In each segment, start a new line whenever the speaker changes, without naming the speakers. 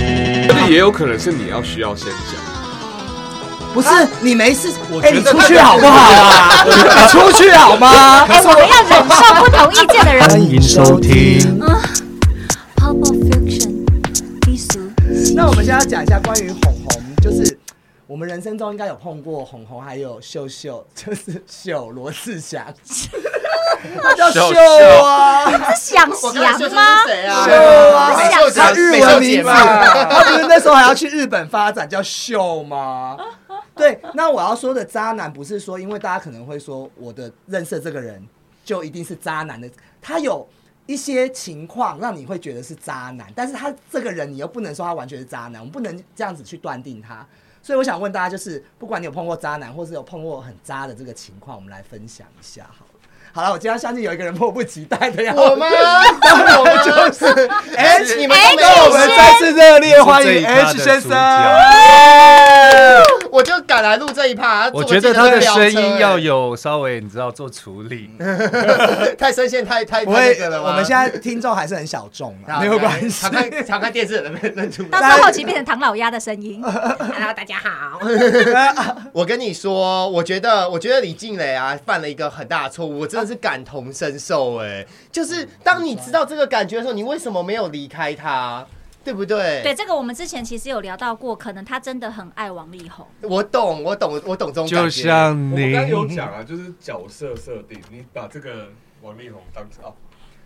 以也有可能是你要需要先讲。
不是你没事，
觉
哎，
得
你出去好不好 啊？你出去好 吗？
哎，我们要忍受不同意见的人。
欢迎收听。
Pop of Fiction，低俗。
那我们现在要讲一下关于红红，就是我们人生中应该有碰过红红，还有秀秀，就是秀罗志 祥，他叫秀啊，
是想翔吗？
秀啊，
美秀姐
他日文名字，他不是那时候还要去日本发展叫秀吗？对，那我要说的渣男不是说，因为大家可能会说我的认识的这个人就一定是渣男的，他有一些情况让你会觉得是渣男，但是他这个人你又不能说他完全是渣男，我们不能这样子去断定他。所以我想问大家，就是不管你有碰过渣男，或是有碰过很渣的这个情况，我们来分享一下好了。好了，我今天相信有一个人迫不及待的要
我吗？我们就是，
哎
你们都没
那我
有
们再次热烈欢迎
是这一趴
H
的
先
主
生。
我就赶来录这一趴。
我觉得他的声音要
有
有稍微你知道做处理，
太声线太太太
不
那
会
个了，吗
我们现在听众还是很小众啊，没有关系
常。看常看电视的人没认出来
到时候后期变成唐老鸭的声音。Hello，大家好。
我跟你说，我觉得，我觉得李静蕾啊犯了一个很大的错误，我真的是感同身受哎、就是当你知道这个感觉的时候，你为什么没有离开他？对不对？
对，，这个我们之前其实有聊到过，可能他真的很爱王力宏。
我懂，我懂，我懂这种感觉。
就像
我们
你
刚刚有讲啊，就是角色设定，你把这个王力宏当成哦，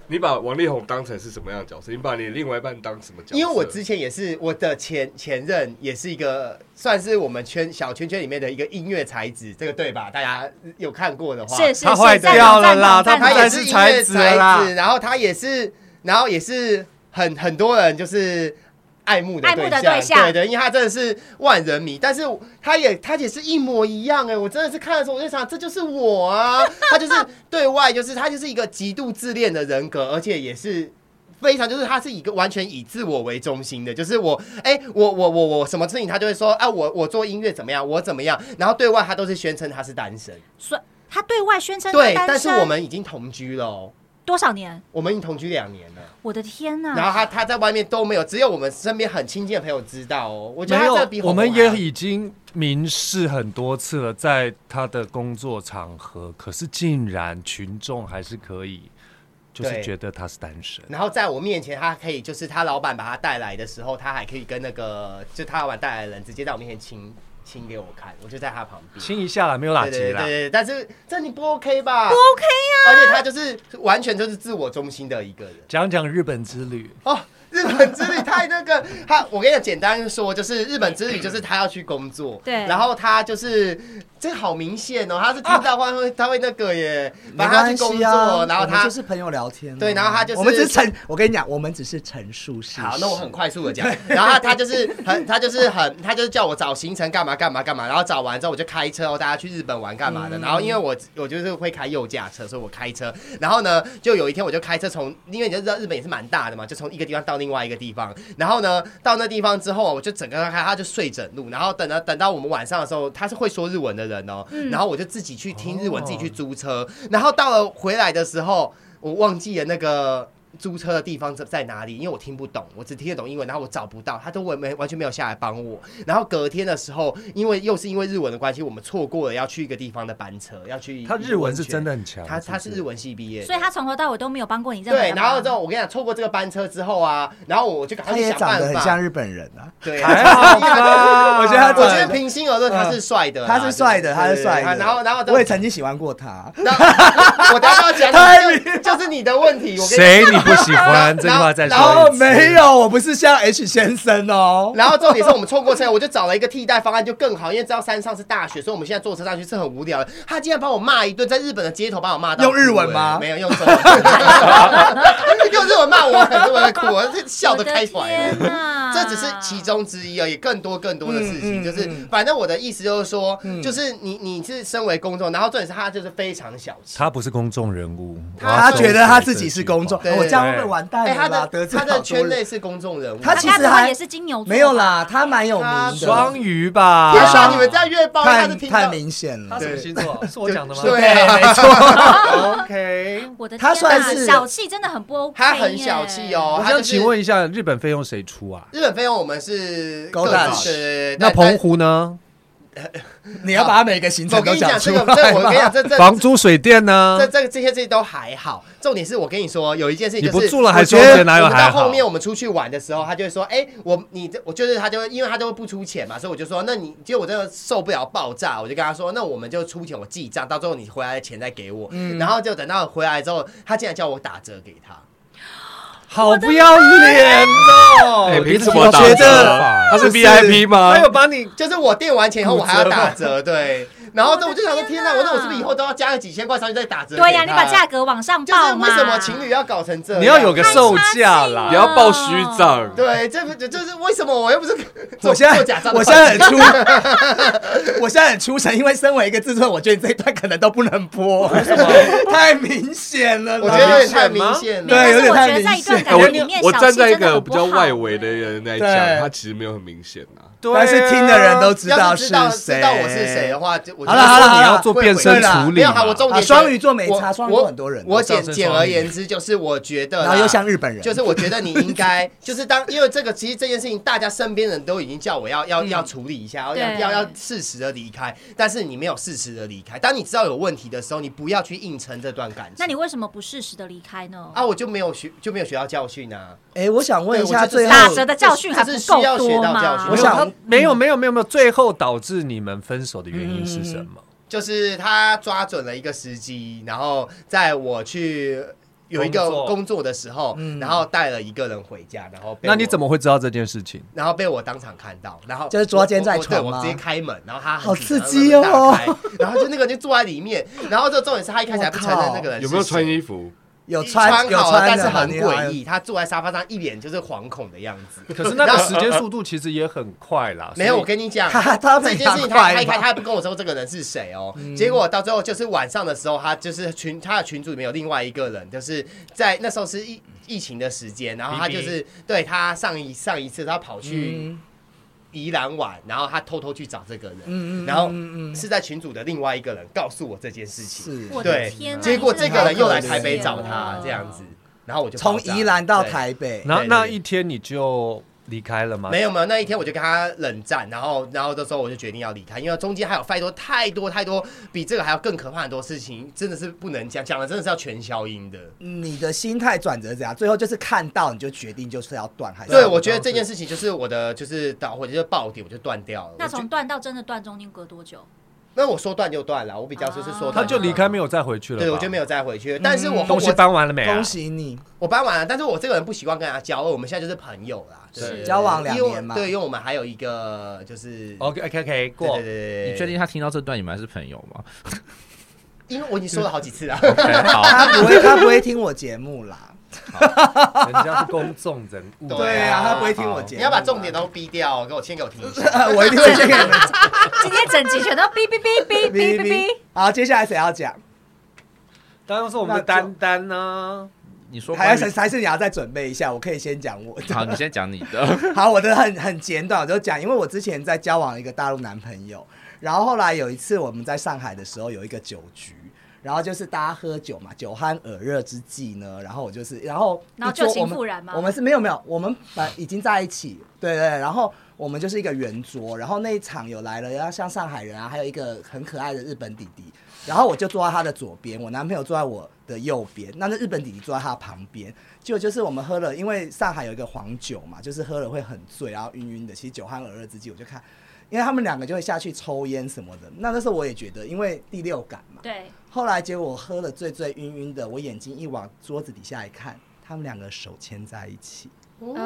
你把王力宏当成是什么样的角色？你把你另外一半当什么角色？
因为我之前也是我的前前任，也是一个算是我们圈小圈圈里面的一个音乐才子，这个对吧？大家有看过的话，
是是
他
是，
坏
赞
掉
同
了
赞
啦
同赞
他
他
不
同。
也
再
是
是
音
才
乐才
子了啦
然后他也是，然后也是很很多人就是爱慕的
爱慕的对象
对的，因为他真的是万人迷，但是他也他也是一模一样哎、我真的是看的时候我就想，这就是我啊，他就是对外就是他就是一个极度自恋的人格，而且也是。非常就是他是一个完全以自我为中心的，就是我哎、我我我我什么事情他就会说啊我我做音乐怎么样我怎么样，然后对外他都是宣称他是单身，
所以他对外宣称
对，
单身
但是我们已经同居了哦、
多少年？
我们已经同居两年了，
我的天呐！
然后他他在外面都没有，只有我们身边很亲近的朋友知道哦。我觉得
没
他这
有
个比，
我
红
们
红啊
也
还
已经明示很多次了，在他的工作场合，可是竟然群众还是可以，就是
对
觉得他是单身。
然后在我面前，他可以就是他老板把他带来的时候，他还可以跟那个就他老板带来的人直接在我面前亲亲给我看，我就在他旁 边。
亲一下啦，没有垃
对对
圾
对
啦
对，，对但是这你不 OK 吧？不 OK 啊呀、而且他就是完全就是自我中心的一个人。
讲讲日本之旅。
哦，日本之旅太那个，他我跟你讲，简单说就是日本之旅就是他要去工作，
对
然后他就是这好明显哦，他是听到话会、他会那个耶，
没
反正他
关
去工
系
作，
啊，
然后
我们
他
就是朋友聊天啊，
对然后他就是
我们只是陈，我跟你讲，我们只是陈述事实。
好，那我很快速的讲，然后他他就是很，他就是很，他就是叫我找行程干嘛干嘛干嘛，然后找完之后我就开车哦，大家去日本玩干嘛的，然后因为我我就是会开右驾车，所以我开车，然后呢，就有一天我就开车从，因为你就知道日本也是蛮大的嘛，就从一个地方到另外一个地方，然后呢，到那地方之后，哦我就整个开，他就睡整路，然后等到等到我们晚上的时候，他是会说日文的人哦，然后我就自己去听日文，自己去租车，然后到了回来的时候，我忘记了那个。租车的地方在在哪里？因为我听不懂，我只听得懂英文，然后我找不到，他都完没完全没有下来帮我。然后隔天的时候，因为又是因为日文的关系，我们错过了要去一个地方的班车，要去
他日文是真的很强
温泉他他
是
是
不是
日文系毕业的，
所以他从头到尾都没有帮过你任何
对。
的忙
然后之后我跟你讲，错过这个班车之后啊，然后我就赶快
他
去
也
想
长得
办
很
法。
像日本人啊，
对，
还好吧
我
我觉得他
啊我觉得
长得
平心而论，他是帅的啦，
嗯他是帅的，
对
他是
对
帅的。
然后然后
我也曾经喜欢过他，
然后我等一下 要讲你，就就是你的问题。我跟你
谁你不喜欢？这句话再
然后
说
哦
一，次。
没有，我不是像 H 先生 哦。
然后重点是我们错过车，我就找了一个替代方案，就更好，因为知道山上是大雪，所以我们现在坐车上去是很无聊的。他竟然把我骂一顿，在日本的街头把我骂到
用
哭
日文吗
欸没有用 中文，用日文骂我，很多人哭，我这笑得开
我的
怀了
天。呐！
这只是其中之一而已，更多更多的事情，
嗯嗯
就是
嗯
反正我的意思就是说，就是你你是身为公众，然后重点是他就是非常小气，
他不是公众人物，
他觉得他自己是公众，
对
我这样会不会完蛋了
哎、他
啦？
的
得罪
他
好
的
多
圈
人
内是公众人物，
他
他
其实
该不会
还
也是金牛座吧，
没有啦，他蛮有名
他
的，
双鱼吧？
天啊哪，你们这样越爆，他
太
是听
太
到
明显了
他。什么星座？是我讲的吗？
哎
对啊，啊
，OK。
我的天
他
呐
算是
小气真的很不 OK，
他很很小气哦。
哎
我
他就
想
是
请问一下，日本费用谁出啊？
日本费用我们是
高
各
大
自
上
对对对
那
但
澎湖呢？
你要把它每个行
我
程
跟
都
你讲，这
出来
个这我跟你
吗
讲，？这这
房租、水电啊呢
这？这个这些事情都还好，重点是我跟你说，有一件事情
你
就是
不住了还
我觉
纠结
得
哪有
我们
还
到
好
后面我们出去玩的时候，他就会说：“哎、我你这我就是他就会，因为他就会不出钱嘛，所以我就说，那你结果我真的受不了爆炸，我就跟他说，那我们就出钱，我记账，到最后你回来的钱再给我。
嗯
然后就等到回来之后，他竟然叫我打折给他，
好不要脸哦！
哎，凭什
我
么打
觉
折
得
啊？他是
不是
VIP 吗
他？有把你
就是我垫完钱以后我还要打折，对。然后
我的
我就想说，
天
天哪，我那我
哪
是不是以后都要加个几千块上去再打折？
对呀、啊你把价。格往上
啊就是
报嘛。
为什么情侣要搞成这样？
你要有个售价
你
太
啦
差劲了。
要报虚账，
对，这不就是为什么我又不是做
我现
做假
在
账的
我现在很 出，我现在很出神，因为身为一个制作人，我觉得你这一段可能都不能播，太明显了啦。
我觉得有点太明显了。
对
但
有
是
点
我
太
觉得在一段
哎
感
我
情里面，
我
小
站
气
在一
真的
个
很不
比较
好
外围的
哎
人来
对
讲，他其实没有很明显啊。
对啊
但是听的人都知道
要
是谁。
是知道知道我是谁哦的话，就我就
好了好了好
你
了
要做变身处
没
理
有
嘛。
好，我重
啊，
点
双鱼座没差，
我
双鱼座很多人，
我我简
上升
简
双
而
鱼
言之，就是我觉得啦，
然后又像日本人，
就是我觉得你应该， 就是当因为这个，其实这件事情，大家身边人都已经叫我要
嗯
要要处理一下，要
对
要要适时的离开，但是你没有适时的离开。当你知道有问题的时候，你不要去硬撑这段感情。
那你为什么不适时的离开呢？
啊，我就没有学就没有学到教训啊。
哎，我想问一下，最
对我
后
打
觉得是
折的教训还不够多吗？
我
我
想
想没有没有没有没有，最后导致你们分手的原因是什么？
就是他抓准了一个时机，然后在我去有一个
工作
工作的时候，
嗯
然后带了一个人回家，然后被
那你怎
么？
么会知道这件事情？
然后被我当场看到，然后
就是捉奸在
我我对
床吗
我直接开门，然后他很
好
紧张
刺激哦
然后门打开然后就那个人就坐在里面，然后这重点是他一开始还不承认那个人是
有没有
谁
穿衣服？
有穿
穿
有
好了，
穿
但
的
是
嘛
很诡。
你还
异，他坐在沙发上一脸就是惶恐的样子。
可是那个时间速度其实也很快啦。
没有，我
所以
跟你讲，
他他
这
被
件事情
打坏
他他一开
吧嗯
他不跟我说这个人是谁哦，结果到最后就是晚上的时候，他就是群他的群组里面有另外一个人，就是在那时候是疫疫情的时间，然后他就是对他上一上一次他跑去
嗯
宜兰玩，然后他偷偷去找这个人，
嗯嗯
然后
嗯嗯
是在群组的另外一个人告诉我这件事情，
是
我的
对
天哪！
结果这个人又来台北
你真
找
的好可
他
怜哦
这样子，，然后我就爆
从
炸
宜兰到
对
台北，
然后
对对
那
对
一天你就离开了吗？
没有没有，那一天我就跟他冷战，然后然后这时候我就决定要离开，因为中间还有太多太多太多比这个还要更可怕很多事情，真的是不能讲，讲了真的是要全消音的。
你的心态转折怎样？最后就是看到你就决定就是要断，还是
对，啊我觉得这件事情就是我的就是导火就是爆点，我就断掉了。
那
我
从
就
断到真的断中间隔多久？
那我说断就断了，我比较就是说断
他就离开，没
有。
有再回去了吧。
对，我就没有再回去。但是我
嗯
后
东西
我
搬完了没啊？
恭喜你，
我搬完了，但是我这个人不习惯跟他交恶，我们现在就是朋友啦，对
是
对对
交往两
因为
年嘛
对，因为我们还有一个就是
，OK OK OK，
对
哦过
对对。对对
你确定？他听到这段你们还是朋友吗？
因为我已经说了好几次了。
哎
OK，好，
他不会他不会听我节目啦，
人家是公众人物。
对
对
啊
啊，他不会听我节目啦，
你要把重点都逼掉，给我先给我听一下。
我一定会先给你们讲
今天整集全都哔哔哔哔哔哔哔。。
好，接下来谁要讲？
当然是我们的丹丹啊呢。
你说
还
关
是
于
还是你要再准备一下？我可以先讲我的。
好，你先讲你 的。
好，我的很很简短，我就讲，因为我之前在交往一个大陆男朋友，然后后来有一次我们在上海的时候有一个酒局。然后就是大家喝酒嘛，酒酣耳热之际呢，然后我就是，然后
然后
一桌
旧情
我们
复燃吗
我们是没有没有，我们本来已经在一起，对对，然后我们就是一个圆桌，然后那一场有来了，然后像上海人啊，还有一个很可爱的日本弟弟，然后我就坐在他的左边，我男朋友坐在我的右边，那那日本弟弟坐在他旁边，结果就是我们喝了，因为上海有一个黄酒嘛，就是喝了会很醉，然后晕晕的。其实酒酣耳热之际，我就看，因为他们两个就会下去抽烟什么的。那那时候我也觉得，因为第六感嘛。
对，
后来结果我喝了醉醉晕晕的，我眼睛一往桌子底下一看，他们两个手牵在一起。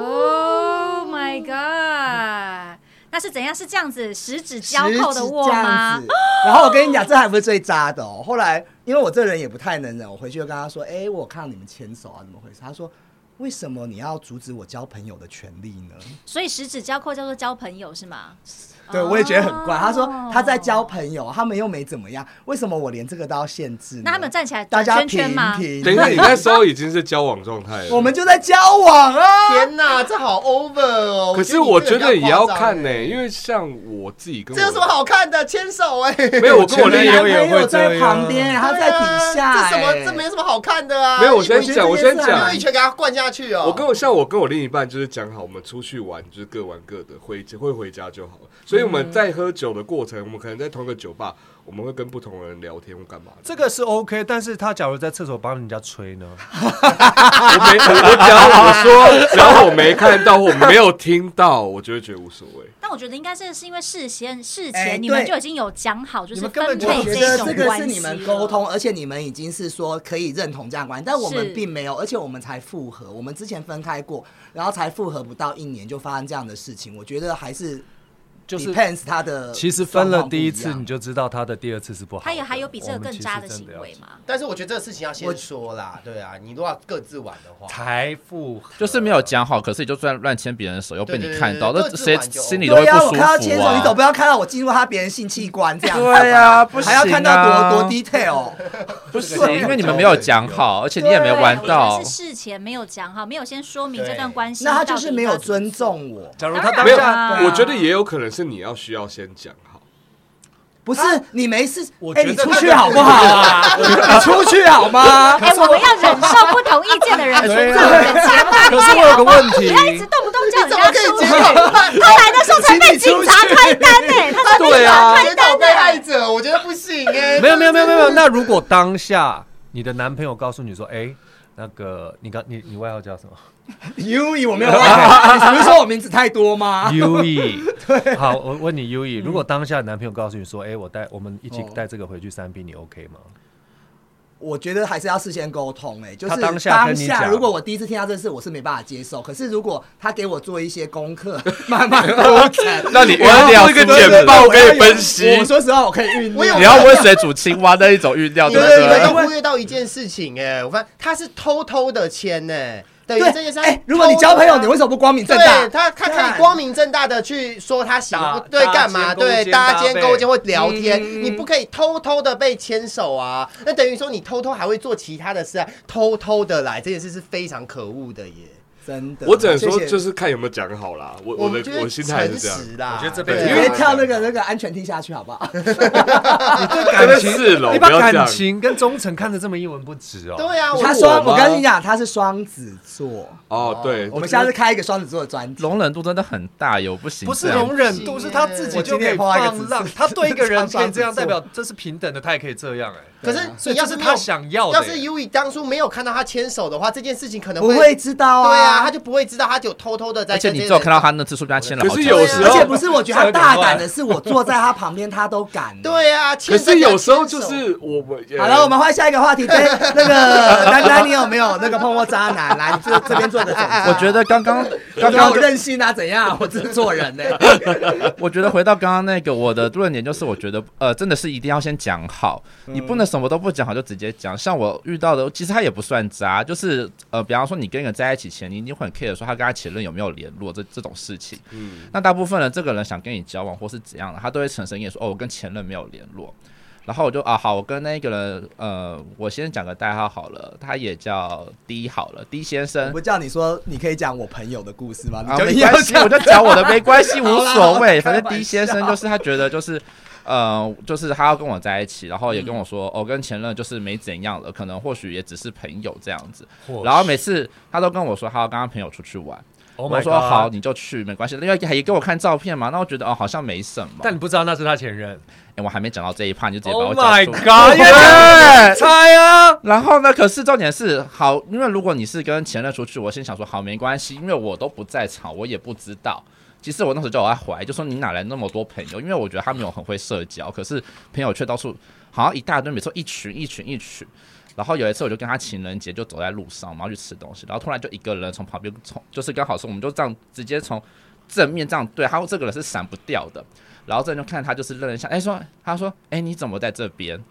Oh my god！那是怎样？是这样子十指
十
交扣的握
指这样
吗
子？然后我跟你讲，这还不是最渣的哦。后来因为我这人也不太能忍，我回去就跟他说：“哎、我看到你们牵手啊，怎么回事？”他说：“为什么你要阻止我交朋友的权利呢
所以十指交扣叫做交朋友是吗？？”
对，
啊
我也觉得很怪。他说
哦
他在交朋友，他们又没怎么样，为什么我连这个都要限制呢？
那他们站起来
大
转
家
圈
平
圈吗？
平，
等一下，你那时候已经是交往状态了。
我们就在交往啊。
天哪，这好 over 哦！
可是我觉得也要看
呢、
呢，因为像我自己跟
这有什么
我
好看的？牵手哎、
没有，我跟我
前
另
男
一
友
半
男
也
朋
会
友
这
在
样
旁边，他在底下、
对啊这什
哎
么？这没什么好看的啊！
没有我先
你
讲我先
我觉得这件事
不
讲
就一拳给他灌下下去哦。
我跟我像我跟我另一半就是讲好，我们出去玩就是各玩各的，回会回家就好了。所以我们在喝酒的过程，我们可能在同一个酒吧，我们会跟不同人聊天或干嘛的。
这个是 OK，但是他假如在厕所帮人家吹呢？
我没我我只要我说，只要我没看到或没有听到，我就会觉得无所谓。
但我觉得应该是是因为事先事
哎
前你们
对
就已经有讲好，就是
你们根本
分
就
配
我觉得
种
这
关系了。啊
个是你们沟通，而且你们已经是说可以认同这样的关系，但我
是
们并没有，而且我们才复合，我们之前分开过，然后才复合不到一年就发生这样的事情，我觉得还是
就是
depends 他的
其实分了第一
状
次
况
你就知道他的第二次是不好的。
他也还有比这个
我们
更
其实
渣的
真
行
要
为
讲？
嘛？
但是我觉得这事情要
我
先说啦，对啊，你如果要各自玩的话，
财富
就是没有讲好，可是你就算乱牵别人的手，又被
对
你
对
看到，
对对
那
各自
谁
挽救
心里
不
都会
要
不
啊我
舒服
看到牵手，你总不
啊。
要看到我进入他别人性器官这样子吧，
对啊不行啊
还要看到多多 detail 哦。
不行，啊因为你们没有讲好，而且你也没玩
我觉
到
得是。事前没有讲好，没有先说明这段
对
关系，
那他就是没有尊。重我，
假如他当
没有，
下，
啊
我觉得也有可能是你要需要先讲好。
不是你没事，
我
哎，
觉
你
得
出去好不好 啊？你出去好吗？
哎，我们要忍受不同意见的人存
对
在
啊
我们家关
可是我有个问题，
他一直动不动叫人
怎么
家哦
可以
出
接
去，
受
后来的时候才被警察开单呢、他才被警察
检
开
讨
单呢、
被害者，我觉得不行哎。
没有没有没有没有。那如果当下你的男朋友告诉你说，哎，那个你刚你你外号 叫什么
U E 我没有忘记，你不是说我名字太多
啊
吗？
？U E。好，我问你 U E，如果
嗯
当下男朋友告诉你说，哎，我带我们一起
哦
带这个回去三 P，你 OK 吗？
我觉得还是要事先沟通、哎，就是
他当下跟你
当下
讲
如果我第一次听到这事，我是没办法接受。可是如果他给我做一些功课，慢慢沟通，
那你
我要
料
做一个
是不是
简报
我要有
可以分析
我说实话，我可以酝
我有
酿。
你要温水煮青蛙那一种预料，
你
对不
们你们
对
都？忽略到一件事情哎、我发现他是偷偷的签呢、等于这件事
对，
他
哎、如果你交朋友，你为什么不光明正大
对？他，他可以光明正大的去说他喜欢
搭
对
搭
干嘛，
肩勾
对
肩
搭
搭
肩
背
勾肩或聊天，
嗯
你不可以偷偷的被牵手啊。那等于说你偷偷还会做其他的事啊，偷偷的来这件事是非常可恶的耶。
真的，
我只能说，
谢谢
就是看有没有讲好啦。我
我
我
们
的
觉得
我心态是
诚
这样。
实啦，
我觉得这辈
对
子
啊
你
因为
可以跳那个那个安全地下去，好不好？
你
哦
对
这
感
边
情
四楼
你
不
把
要这样
感情跟忠诚看得这么一文不值哦。
对啊，我
他
说
双，我跟你讲，他是双子座，
哦，对
我，们下次开一个双子座的专题。
容忍度真的很大，有不行
不是
这样
容忍度，是他自己
我今
就可以
天也画一个
放
紫
浪
色。
他对一个人可以这
上上
样，
紫色
代表这是平等的，他也可以这样哎。
可是你
所以这
要
是
没有
他想要的。
要是 U E 当初没有看到他牵手的话，这件事情可能
不会知道啊，
对啊，他就不会知道，他就偷偷的在。
而且你只有看到他。那次，说不定他牵了好久。
可是有时候
而且不是，我觉得他大胆的是，我坐在他旁边，他都敢。。
对啊，
可
牵手
是有时候就
牵手
是我们呃
好了，我们换下一个话题。对，那个丹丹，你有没有那个碰过渣男？来，你这这边做个总结。
我觉得刚刚
刚 刚
刚刚
我任性啊，怎样？我只是做人呢、
我觉得回到刚刚那个我的论点，就是我觉得呃，真的是一定要先讲好，你不能什么都不讲好就直接讲。像我遇到的，其实他也不算渣，就是呃，比方说你跟一个人在一起前，你一定会很 care 说他跟他前任有没有联络这这种事情。
嗯，
那大部分人这个人想跟你交往或是怎样的，他都会诚实跟你说，哦，我跟前任没有联络。然后我就啊好，我跟那个人，呃，我先讲个代号好了，他也叫 D 好了，D 先
我
生
不。叫你说，你可以讲我朋友的故事吗？你
啊，
就
没
硬要
关系，
讲
我。就讲我的，没关系，无
好啦
所谓。
好
反
啦
正 D 先生就是他觉得就是，呃，就是他要跟我在一起，然后也
嗯
跟我说，哦，跟前任就是没怎样了，可能或许也只是朋友这样子。然后每次他都跟我说，他要跟他朋友出去玩，
Oh my
我说好，
God，
你就去，没关系，因为也给我看照片嘛，那我觉得哦，好像没什么。
但你不知道那是他前
Oh
任。
哎我还没讲到这一趴，你就直接把
Oh
我讲
my
出来。
god！因为猜啊，
然后呢？可是重点是，好，因为如果你是跟前任出去，我先想说，好，没关系，因为我都不在场，我也不知道。其实我那时候就有在怀疑，就说你哪来那么多朋友？因为我觉得他没有很会社交，可是朋友却到处好像一大堆，每次一群一群一群。然后有一次，我就跟他情人节就走在路上，我们要去吃东西，然后突然就一个人从旁边从，就是刚好是我们就这样直接从正面这样对，他这个人是闪不掉的。然后这人就看他就是愣了一下，哎说，他说，哎你怎么在这边？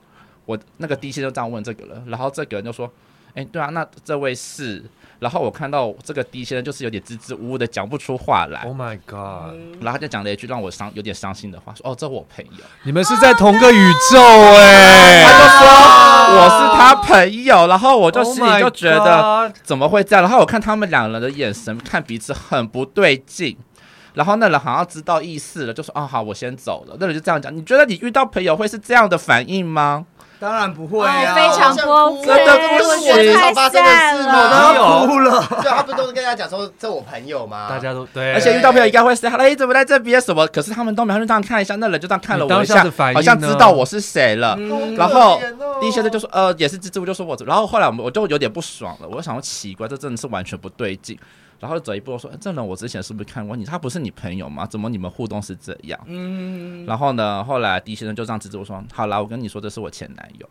我那个 D 先生这样问这个人，然后这个人就说，哎对啊，那这位是。然后我看到这个 D 先生就是有点支支吾吾的讲不出话来
Oh，my god！
然后他就讲了一句让我伤有点伤心的话，说哦这我朋友。
你们是在同个宇宙哎。
他就
啊
说我是他朋友，然后我就
Oh
心里就觉得怎么会这样？然后我看他们两人的眼神看彼此很不对劲，然后那人好像知道啊意思了，就说哦好，我先走了。那人就这样讲，你觉得你遇到朋友会是这样的反应吗？
当然不会啊，
哦非常不 OK，
真的这不是我最常发生的
我
事吗？
都要哭了。
对，啊他不都是跟大家讲说这我朋友吗？
大家都对，
而且遇到朋友应该会 say “hello”，怎么在这边什么？可是他们都没有，他们就这样看一下，那人就这样看了
你当
我一
下
下
的反，应
好像知
呢
道我是谁了。
嗯
然后
可怜哦
第一下就就说，呃，也是蜘蛛，就说我，然后后来我们我就有点不爽了，我就想说奇怪，这真的是完全不对劲。然后走一步我说，哎这人我之前是不是看过你？他不是你朋友吗？怎么你们互动是这样？
嗯，
然后呢，后来狄先生就让蜘蛛说，好啦，我跟你说，这是我前男友。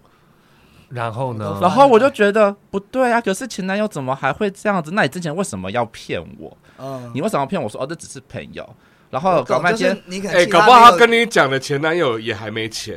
然后呢？
然后我就觉得不对啊，可是前男友怎么还会这样子？那你之前为什么要骗我？
嗯，
你为什么要骗我说哦，这只是朋友？然后搞半
就
天，
是你可能
哎，
其
搞
他
不好他
没有
跟你讲的前男友也还没钱，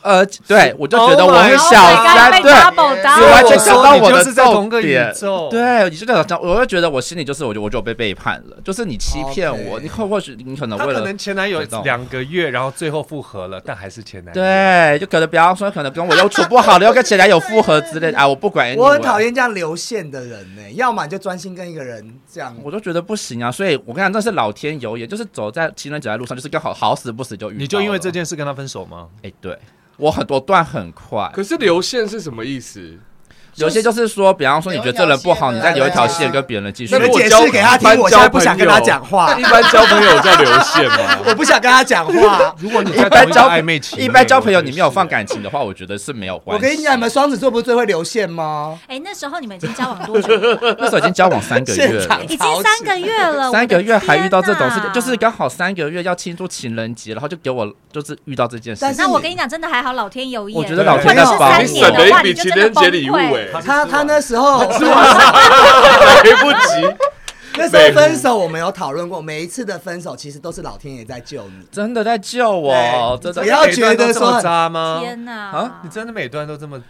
呃，对我就觉得
Oh
我
my
很
god，
小
刚
三，
被
对，
double
你完全
我
想
说
到
你
我
就
的
是在
重
同个宇
点
宙
对，你就这样讲，我就觉得我心里就是，我就我就被背叛了，就是你欺骗我，
OK
你或或许你可能
他
为
可
了
能前男友
知道
两个月，然后最后复合了，但还是前男友。，
对，就可能比方说，可能跟我又处不好了，又跟前男友复合之类的，啊，我不管，
我很讨，厌这样流线的人呢、要么你就专心跟一个人这样。
我就觉得不行啊，所以我跟你讲，那是老天有眼，就是走在情人节的路上，就是刚好好死不死就遇到了，
你就因为这件事跟他分手吗？
哎，对我很多断很快，
可是流线是什么意思？
有些就是说，比方说你觉得这人不好，
留
你
一条线
再留一条线
啊
跟别人继续
那。
你们
如果
解
交
释给他听
一，般
我现在不
交
想跟
朋
他
友
讲话
一，般交朋友叫流线吗？
我不想跟他讲 话。
如果你
一
在同
般
一个
交
暧昧期，
一般交朋友，你没有放，感情的话，我觉得是没有关
我
系。
跟你讲，你们双子座不是最会流线吗？
哎，那时候你们已经交往多久了？
那时候已经交往三个月
现场
了，
已经三个月了，
三个月还遇到这种事
哦我的天啊
情，
哪
就是刚好三个月要庆祝情人节，然后就给我就是遇到这件事
但。是
那我跟你讲，真的还好，老天有眼。
我觉得老天在
如果
帮
你
你
是
省
三
了
年的话，
一笔
你就
情
真的
人节礼物
崩溃
哎，
他他那时 候
来不及。
那时候分手，我们有讨论过，每一次的分手其实都是老天爷在救你。
真的在救我，
对
真
不
的
要觉得说
每段都这么渣吗？
天哪！
啊
你真的每段都这么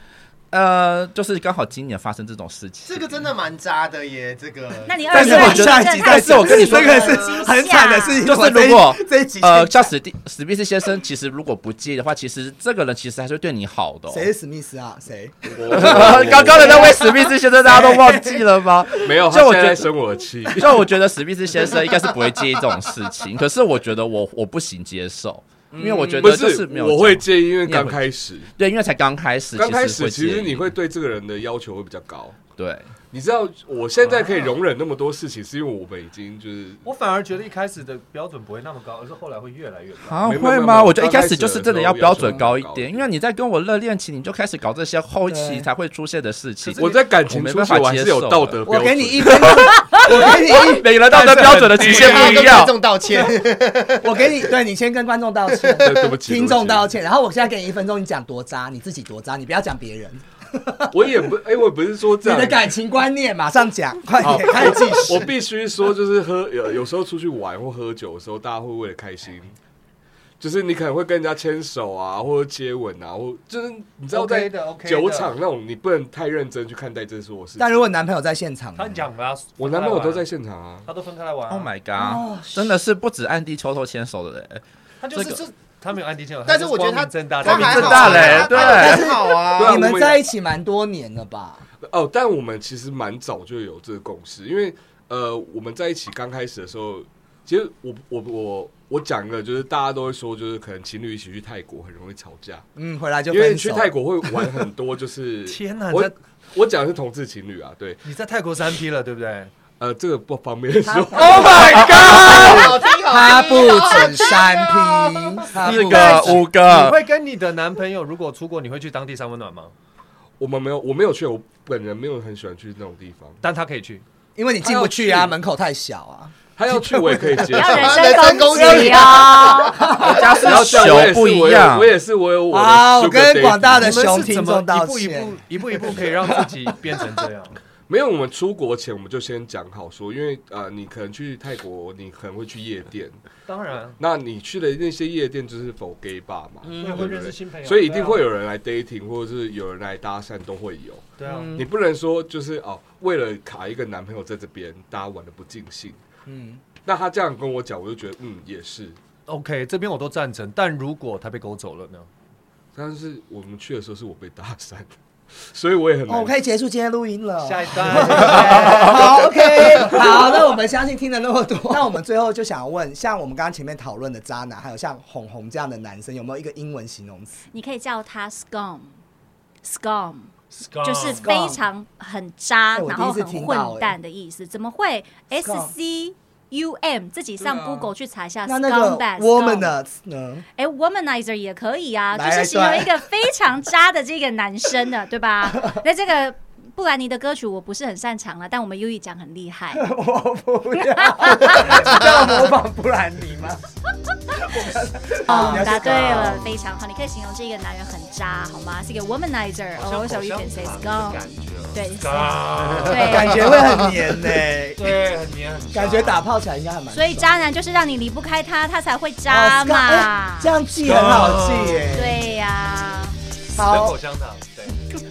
呃，就是刚好今年发生这种事情。
这个真的蛮渣的耶，这个。
那你
但是
二十
我觉得
下一集再
但是我跟你说
这个是很惨的事情。
就是
我这一
如果
这一集
呃，像史蒂史密斯先生，其实如果不介意的话，其实这个人其实还是对你好的、哦。哦
谁是史密斯啊？谁？
刚刚的那位史密斯先生，大家都忘记了吗？
没有，
就
他
我
现
觉
在
得
生我气。
就我觉得史密斯先生应该是不会介意这种事情，可是我觉得我我不行接受，
嗯
因为我觉
不，
得就是没有
我会
讲
介意，因为刚开始，
对，因为才刚开始，
刚开
会
始
介
其
意
实你会对这个人的要求会比较高。
对，
你知道，我现在可以容忍那么多事情，是因为我们已经就是
我反而觉得一开始的标准不会那么高，而是后来会越来 越高。
啊
没有
会
没有没
吗？
有
我觉得一
刚开
开始
始
就是
的
真的
时
要
候
标
要
准
求
高
很
一
高
点，
一
因
点
为你在跟我热恋期，你就开始搞这些后期
对
才会出现的事情。
我在感情
我没
出
办
去，
法
我还
接
是有
受
道
的
德标准。
我给你一分 钟，我给你
哎
一，
每个人道德标准的极限不一
跟观
样。
众道歉，
我给你，对你先跟观众道歉，
对对不起
听众道
歉。
歉，然后我现在给你一分钟，你讲多渣，你自己多渣，你不要讲别人，
我也不，哎，我不是说这
你
样
的。感情观念马上讲，快
好
点开始计
哦
时。
我必须说，就是喝有有时候出去玩或喝酒的时候，大家会为了开心，就是你可能会跟人家牵手啊，或者接吻啊，或就是你知道在
OK 的，OK 的
酒场那种，你不能太认真去看待这是我事情。
但如果男朋友在现场呢，
他讲了啊，
我男朋友都在现场啊，
他都分开来玩啊。
Oh my
哦
god！真的是不止暗地偷偷牵手的人，
他就是
这个
就他没有安迪牵手，
但是我觉得他
他正大，
他
明
还
正
好
大
啊
嘞
他
对
他很好啊。
对啊
你们
我们
在一起蛮多年了吧？
哦，但我们其实蛮早就有这个共识，因为呃，我们在一起刚开始的时候，其实我我我我讲个，就是大家都会说，就是可能情侣一起去泰国很容易吵架，
嗯，回来就
因为
分
你去
手。
泰国会玩很多， 就是
天哪
我
这
我讲的是同志情侣啊，对，
你在泰国三 P 了，对不对？
呃，这个不方便说，
，Oh my god！
好听好听啊
他 不止三 P，他不
四个哦五
你
个，
会跟你的男朋友如果出国，你会去当地三温暖吗？
我们没有我没有去，我本人没有很喜欢去那种地方，
但他可以去，
因为你进不去
哎
啊，门口太小啊。
他要去我也可以接
不要
受。
人身攻
啊
击啊
啊
哦！
人家
然后
是
这样我也是
球不一
我有
样
我。也是我有我的
啊我
sugar
跟
daddy
广大的
你们
熊
是
听
怎么
众道
一步一步
歉
一步一步可以让自己变成这 样？
没有，我们出国前我们就先讲好说，因为呃，你可能去泰国，你可能会去夜店，
当然，啊
那你去的那些夜店就是否 gay bar 嘛，
嗯
我啊也会认识新朋友，
所以一定会
有
有人来 dating，或者是有人来搭讪，都会有。
对啊。
你不能说就是哦，为了卡一个男朋友在这边，大家玩的不尽兴。
嗯，
那他这样跟我讲，我就觉得嗯也是，
OK，这边我都赞成，但如果他被勾走了呢？
但是我们去的时候是我被搭讪的，所以我也很
哦
难。
我可以结束今天录音了。
下一段
好，OK，好，那我们相信听了那么多，那我们最后就想问，像我们刚刚前面讨论的渣男，还有像红红这样的男生，有没有一个英文形容词？
你可以叫他 scum， scum，
Scum
就是非常很渣，
哎我
然
第一
后
次
很
听到
混蛋的意思。怎么会 S
Scum
C U M？自己
对
上
啊
Google 去查一下
那那个
scumbag。
woman
scum
的呃呢？
哎，womanizer 也可以啊，
来
就是
来
形容
对
一个非常渣的这个男 生的，对吧？那这个布兰妮的歌曲我不是很擅长了，但我们优一讲很 厉 害。
我不要，你要模仿布兰妮吗？
哦
你要，
答
去
对了，非常好。你可以形容这个男人很渣，好吗？是一个 womanizer，哦，小鱼 can say scum，对
感
对。
觉会很黏呢、
对，很黏，很
感觉打泡起来应该还蛮爽。
所以渣男就是让你离不开他，他才会渣
哦，scum，哎
嘛。
这样记很好记耶、
对呀。
像
好
口，香糖，对。